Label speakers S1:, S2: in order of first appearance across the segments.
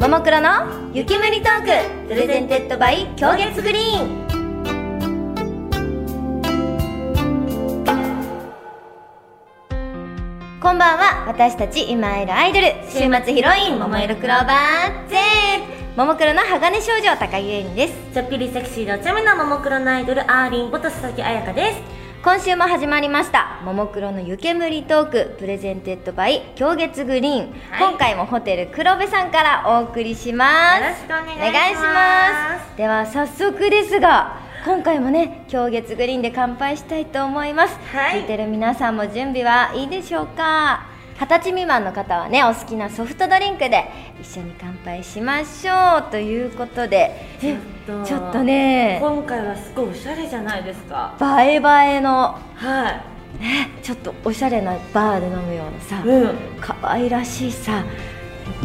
S1: ももクロの雪むりトークプレゼンテッドバイ狂月グリーンこんばんは私たち今いるアイドル週末ヒロイン桃色クローバー Z ももクロの鋼少女高木由里です
S2: ちょっぴりセクシーでおちゃめなももクロのアイドルアーリンこと佐々木彩香です
S1: 今週も始まりました「ももクロの湯煙トーク」プレゼンテッドバイ狂月グリーン、
S2: はい
S1: 今回もホテル黒部さんからお送りします
S2: よろしくお願いします
S1: お願いしますでは早速ですが今回もね狂月グリーンで乾杯したいと思います、
S2: はい
S1: 聞いてる皆さんも準備はいいでしょうか二十歳未満の方はねお好きなソフトドリンクで一緒に乾杯しましょうということで
S2: ちょっと
S1: えちょっとね
S2: 今回はすごいおしゃれじゃないですか
S1: 映え映えの
S2: は
S1: ねちょっとおしゃれなバーで飲むようなさ、
S2: いうん
S1: 可愛らしいさ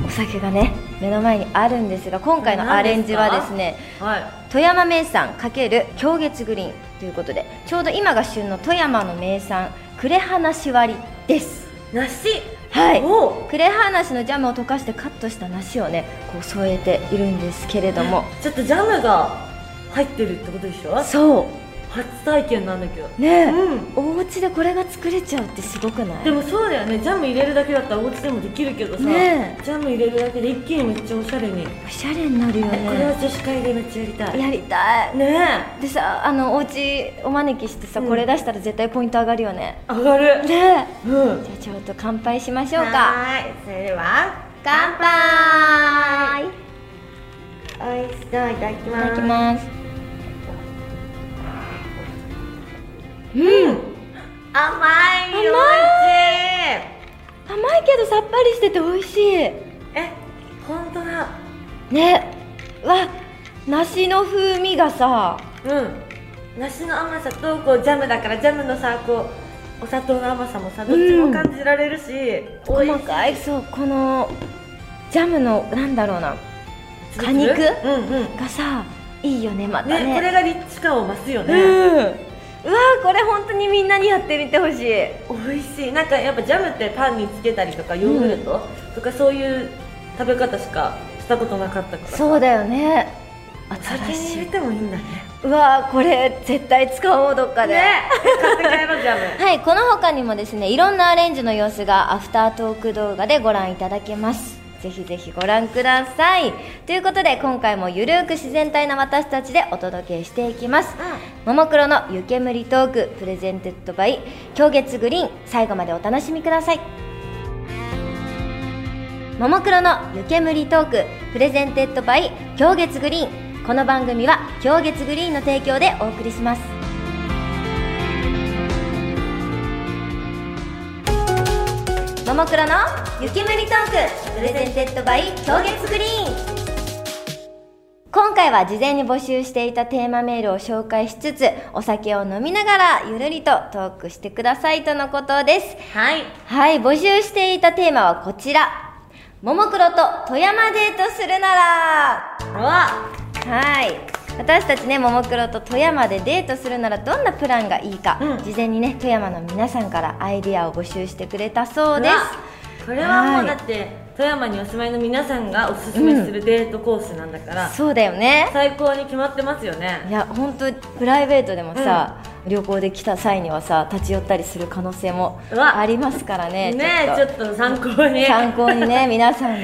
S1: お酒がね目の前にあるんですが今回のアレンジはですね
S2: はい
S1: 富山名産×狂月グリーンということでちょうど今が旬の富山の名産呉花しわりです
S2: 梨
S1: はい
S2: お
S1: 呉花梨のジャムを溶かしてカットした梨をねこう添えているんですけれども
S2: ちょっとジャムが入ってるってことでしょ
S1: そ
S2: 初体験なんだけど
S1: うねえ、
S2: うん
S1: お家でこれが作れちゃうってすごくない
S2: でもそうだよねジャム入れるだけだったらお家でもできるけどさ、
S1: ねえ
S2: ジャム入れるだけで一気にめっちゃおしゃれに、
S1: おしゃれになるよ
S2: えこれは
S1: ね
S2: 女子会でめっちゃやりたい
S1: やりたい
S2: ね
S1: でさあのお家お招きしてさ、
S2: うん
S1: これ出したら絶対ポイント上がるよね
S2: え上がる
S1: ねえ
S2: うん
S1: じゃあちょっと乾杯しましょうか
S2: はいそれでは
S1: 乾杯
S2: おいしそういただき
S1: い
S2: ま
S1: ただ
S2: す
S1: きます
S2: うん甘い
S1: 甘い
S2: よ美味しい
S1: 甘いけどさっぱりしてて美味しい
S2: え本当だ
S1: ねうわ梨の風味がさ
S2: うん梨の甘さとこうジャムだからジャムのさこうお砂糖の甘さもさどっちも感じられるし、お
S1: 細かいそうこのジャムのなんだろうな果肉
S2: うんうん
S1: がさいいよねまた
S2: ね
S1: ね
S2: これがリッチ感を増すよ
S1: う
S2: ね、
S1: んうわこれ本当にみんなにやってみてほしい
S2: 美味しいなんかやっぱジャムってパンにつけたりとかヨーグルトとかそういう食べ方しかしたことなかったから
S1: そうだよね
S2: 酒
S1: 新
S2: に
S1: し
S2: 入
S1: い
S2: れてもいいんだね
S1: うわーこれ絶対使おうどっかで、
S2: 買って帰ろうジャム
S1: はいこの他にもですねいろんなアレンジの様子がアフタートーク動画でご覧いただけますぜひぜひご覧くださいということで今回もゆるーく自然体な私たちでお届けしていきますももクロの湯煙トークプレゼンテッドバイ狂月グリーン最後までお楽しみくださいももクロの湯煙トークプレゼンテッドバイ狂月グリーンこの番組は狂月グリーンの提供でお送りしますももクロの湯煙トークプレゼンテッドバイ狂月グリーン今回は事前に募集していたテーマメールを紹介しつつお酒を飲みながらゆるりとトークしてくださいとのことです
S2: はい
S1: はい募集していたテーマはこちら「ももクロと富山デートするなら」
S2: わ
S1: はい私たちねももクロと富山でデートするならどんなプランがいいか、
S2: うん
S1: 事前にね富山の皆さんからアイディアを募集してくれたそう
S2: う
S1: で
S2: わ
S1: す
S2: これはも
S1: は
S2: う
S1: い
S2: だって富山にお住まいの皆さんがおすすめするデートコースなんだから、
S1: そうだよね
S2: 最高に決まってますよね
S1: いや本当プライベートでもさ、旅行で来た際にはさ立ち寄ったりする可能性も
S2: うわ
S1: ありますからね
S2: ねえちょっと参考に
S1: 参考に ね皆さんのお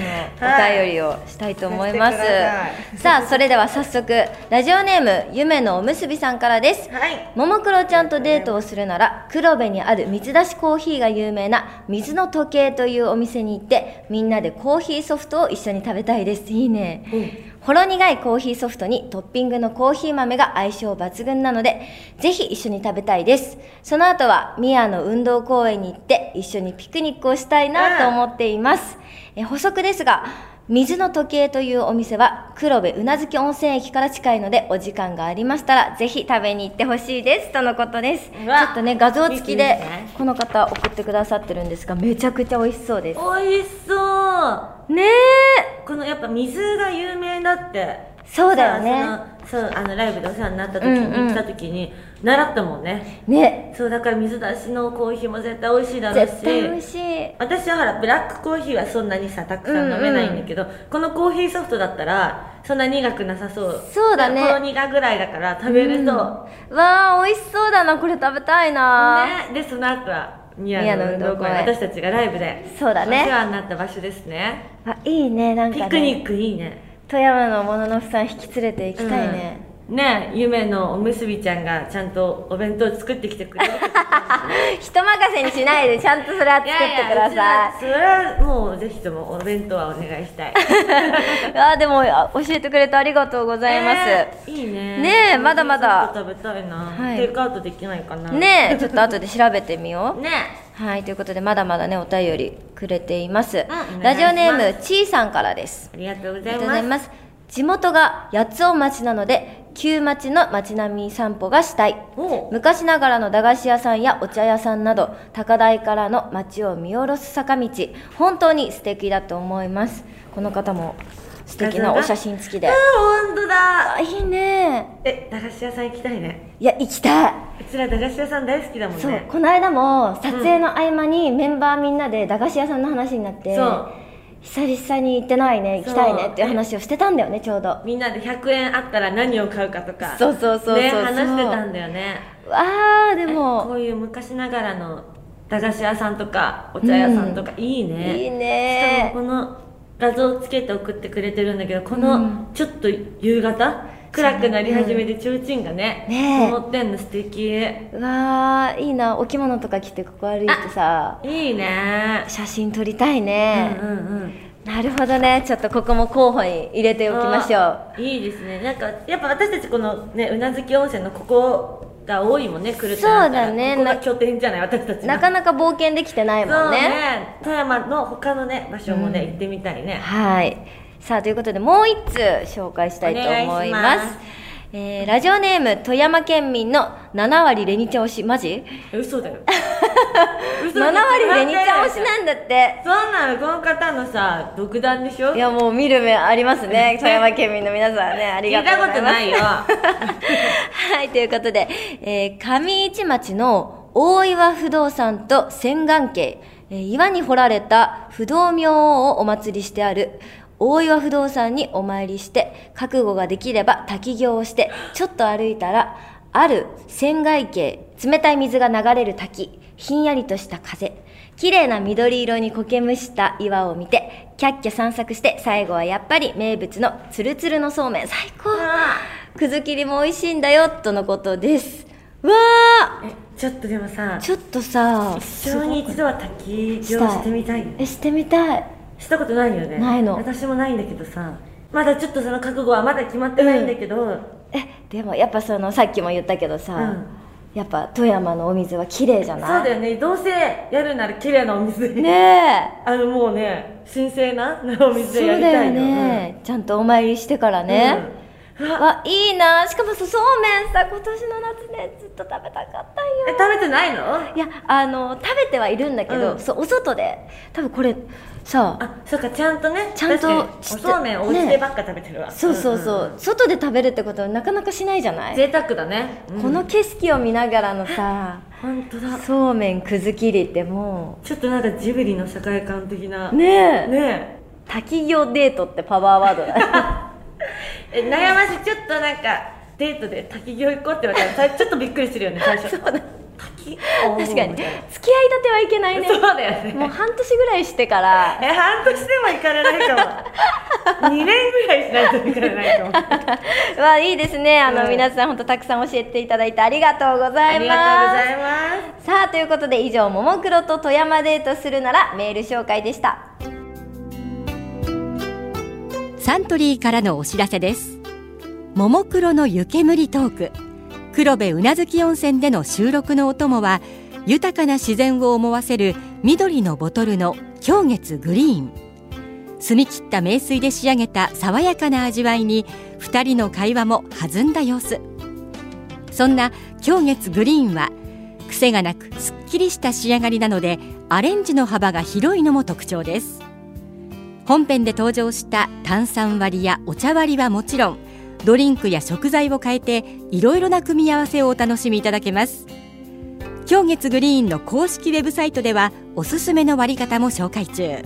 S1: 便りをしたいと思います、
S2: させてくだ
S1: さあそれでは早速ラジオネーム夢のおむすびさんからです
S2: はい
S1: ももクロちゃんとデートをするなら黒部にある水出しコーヒーが有名な水の時計というお店に行ってみんなでコーヒーソフトを一緒に食べたいですいいね、ほろ苦いコーヒーソフトにトッピングのコーヒー豆が相性抜群なのでぜひ一緒に食べたいですその後は宮の運動公園に行って一緒にピクニックをしたいなと思っています、え補足ですが水の時計というお店は黒部宇奈月温泉駅から近いのでお時間がありましたらぜひ食べに行ってほしいですとのことですち
S2: うわ
S1: ょっとね画像付き
S2: いい
S1: で
S2: ですね
S1: この方送ってくださってるんですがめちゃくちゃ美味しそうです
S2: 美味しそう
S1: ね
S2: このやっぱ水が有名だって
S1: そうだよね
S2: さそのそうあのライブでお世話になった時
S1: うんうん
S2: に来た時に習ったもんね、
S1: ね
S2: そうだから水出しのコーヒーも絶対美味しいだろうし
S1: 絶対美味しい
S2: 私はほらブラックコーヒーはそんなにさたくさん飲めないんだけど、このコーヒーソフトだったらそんな苦くなさそう
S1: そうだね
S2: ほろ苦ぐらいだから食べると、
S1: うんわあ美味しそうだなこれ食べたいな、
S2: ね、でその後は宮
S1: 宮
S2: 野
S1: 野
S2: 運
S1: 運
S2: 動
S1: 動
S2: 公
S1: 公
S2: 園
S1: 園
S2: 私たちがライブで
S1: そうだね
S2: お世話になった場所ですね
S1: あいいねなんか、
S2: ピ
S1: ね、
S2: クニックいいね
S1: 富山のもののふさん引き連れて行きたいね、
S2: うんね夢のおむすびちゃんがちゃんとお弁当 作ってきてくれるってこと
S1: 人任せにしないでちゃんとそれは作ってくださ
S2: いやいやうちはそれはもうぜひともお弁当はお願いしたい
S1: いあでもあ教えてくれてありがとうございます、
S2: えーいいね
S1: ねえまだまだ
S2: ちょっと食べたいな、
S1: はい
S2: テイクアウトできないかな
S1: ね えちょっと後で調べてみよう
S2: ね
S1: はいということでまだまだねお便りくれています、
S2: お願いします
S1: ラジオネームちーさんからです
S2: ありがとうご
S1: あ
S2: ざ
S1: りがと
S2: い
S1: う
S2: ま
S1: ござい
S2: す
S1: ます地元が八尾町なので旧町の町並み散歩がしたい
S2: おう
S1: 昔ながらの駄菓子屋さんやお茶屋さんなど高台からの街を見下ろす坂道本当に素敵だと思いますこの方も素敵なお写真付きで
S2: あ本当だ
S1: あいいね
S2: え駄菓子屋さん行きたいね
S1: いや行きたいう
S2: ちら駄菓子屋さん大好きだもんね
S1: そうこの間も撮影の合間にメンバーみんなで駄菓子屋さんの話になって、
S2: そう
S1: 久々に行ってないね行きたいねっていう話をしてたんだよねちょうどわ
S2: みんなで100円あったら何を買うかとか
S1: そうそうそうそう
S2: ね、話してたんだよね
S1: あで
S2: こ
S1: も
S2: ういう昔ながらの駄菓子屋さんとかお茶屋さんとか、いいね
S1: いい
S2: し
S1: ね
S2: かもこの画像をつけて送ってくれてるんだけどこ
S1: う
S2: の
S1: ん
S2: ちょっと夕方暗くなり始めて提灯がね
S1: ねえ
S2: 灯ってんの素敵いう
S1: わーいいなお着物とか着てここ歩いてさ
S2: いね
S1: 写真撮りたいうね、
S2: んうんうん
S1: なるほどねちょっとここも候補に入れておきましょう
S2: あいいですねなんかやっぱ私たちこのねうなずき温泉のここが多いもんね来るってなったら
S1: そうだね
S2: ここが拠点じゃない私たちの
S1: なかなか冒険できてない
S2: そ
S1: も
S2: うん
S1: ね
S2: ね富山の他のね場所もね、行ってみたいね
S1: はいさあということでもう一通紹介したいと思い
S2: お
S1: ま
S2: 願い
S1: す
S2: します
S1: えーラジオネーム富山県民の7割レニちゃん推しマジ
S2: え 嘘だよ
S1: 7割レニちゃん推し
S2: い
S1: なんだって
S2: そんなのこの方のさ独断でしょ
S1: いやもう見る目あります ね富山県民の皆さんねあり
S2: 聞
S1: が
S2: い
S1: とう
S2: た
S1: ございます
S2: ことないよ
S1: はい、ということで、えー上市町の大岩不動産と仙岩家、えー岩に掘られた不動明王をお祭りしてある、大岩不動産にお参りして、覚悟ができれば滝行をして、ちょっと歩いたら、ある仙外家、冷たい水が流れる滝、ひんやりとした風、綺麗な緑色に苔むした岩を見て、キャッキャ散策して、最後はやっぱり名物のツルツルのそうめん、最高くず切りも美味しいんだよとのことですわあ
S2: え ちょっとでもさ
S1: ちょっとさ
S2: 一生に一度は滝行してみたいよ
S1: えしてみたい
S2: したことないよね
S1: ないの
S2: 私もないんだけどさまだちょっとその覚悟はまだ決まってないんだけど、
S1: えでもやっぱそのさっきも言ったけどさ、
S2: うん
S1: やっぱ富山のお水は綺麗じゃ
S2: そう
S1: ない
S2: だよねどうせやるなら綺麗なお水で、
S1: ね
S2: あのもうね神聖な お
S1: えそ
S2: 水
S1: う
S2: でやり
S1: だ
S2: たい
S1: よ
S2: の
S1: ね、ちゃんとお参りしてから
S2: うん
S1: ね、
S2: うんうわ
S1: わいいなしかもさそうめんさ今年の夏ねずっと食べたかったんよ
S2: え食べてないの
S1: いやあの食べてはいるんだけど、
S2: うん
S1: そうお外で多分これさ
S2: あそうかちゃんとね
S1: ちゃんと
S2: 確かに
S1: ちっ
S2: おそうめんお家でばっか食べてるわ、
S1: そうそうそう、
S2: んん
S1: 外で食べるってことはなかなかしないじゃない
S2: 贅沢だね、
S1: この景色を見ながらのさ、
S2: 本当だ
S1: そうめんくず切りっても
S2: ちょっとなんかジブリの世界観的な
S1: う、ねえ、
S2: ね
S1: 滝行デートってパワーワード だね。
S2: ええ悩ましいちょっとなんかデートで滝行行こうって言われたらさちょっとびっくりするよね 最初滝お
S1: 確かに。
S2: ーみ
S1: 付き
S2: たい
S1: 合
S2: ない
S1: 立てはいけないね。
S2: そうだよね
S1: もう半年ぐらいして から、
S2: え半年でも行かれな いかも2年ぐらいしないと行かれないかも
S1: わあいいですね。あの、
S2: うん
S1: 皆さん本当たくさん教えていただいてありがとうござ
S2: あ
S1: います。
S2: りがとうございます
S1: さあということで以上「ももクロと富山デートするなら」メール紹介でした
S3: サントリーからのお知らせです。ももクロの湯煙トーク、黒部宇奈月温泉での収録のお供は、豊かな自然を思わせる緑のボトルの氷月グリーン。澄み切った名水で仕上げた爽やかな味わいに、二人の会話も弾んだ様子。そんな氷月グリーンは、癖がなくすっきりした仕上がりなので、アレンジの幅が広いのも特徴です。本編で登場した炭酸割りやお茶割りはもちろんドリンクや食材を変えていろいろな組み合わせをお楽しみいただけます今月グリーンの公式ウェブサイトではおすすめの割り方も紹介中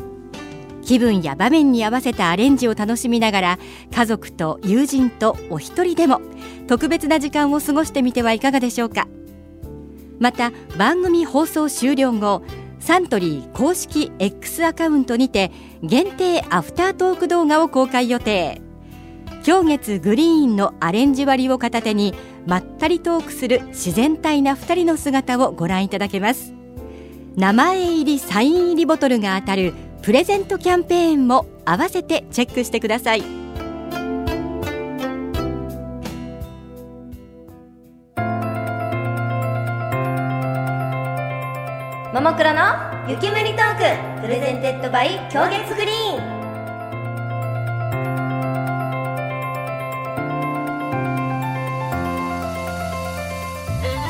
S3: 気分や場面に合わせたアレンジを楽しみながら家族と友人とお一人でも特別な時間を過ごしてみてはいかがでしょうかまた番組放送終了後サントリー公式 X アカウントにて限定アフタートーク動画を公開予定今月グリーンのアレンジ割を片手にまったりトークする自然体な2人の姿をご覧いただけます名前入りサイン入りボトルが当たるプレゼントキャンペーンも合わせてチェックしてください
S1: ももクロの雪むりトークプレゼンテッドバイ狂月グリーン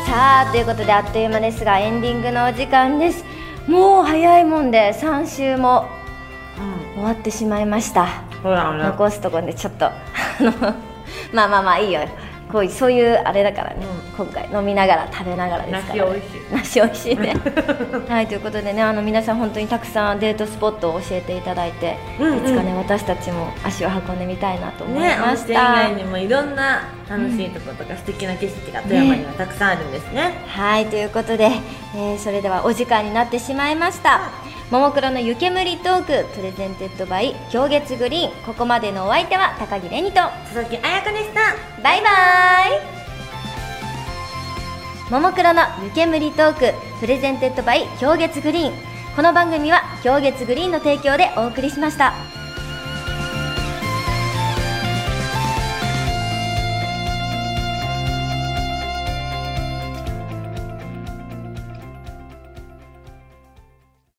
S1: さあということであっという間ですがエンディングのお時間ですもう早いもんで3週も終わってしまいました
S2: ほらほら
S1: 残すとこでちょっとあの まあまあまあいいよこういうそういうあれだからね、今回飲みながら食べながらですから、ね、梨美味しいねはいということでねあの皆さん本当にたくさんデートスポットを教えていただいて、
S2: うんう
S1: い
S2: ん
S1: つかね私たちも足を運んでみたいなと思い
S2: ね、温
S1: まし
S2: 泉以
S1: た、
S2: 外にもいろんな楽しいところとか素敵な景色が富山にはたくさんあるんですね。
S1: はいということで、えーそれではお時間になってしまいましたももクロの湯煙トークプレゼンテッドバイ狂月グリーンここまでのお相手は高木れにと
S2: 佐々木彩香でした。
S1: バイバイももクロの湯煙トークプレゼンテッドバイ狂月グリーンこの番組は狂月グリーンの提供でお送りしました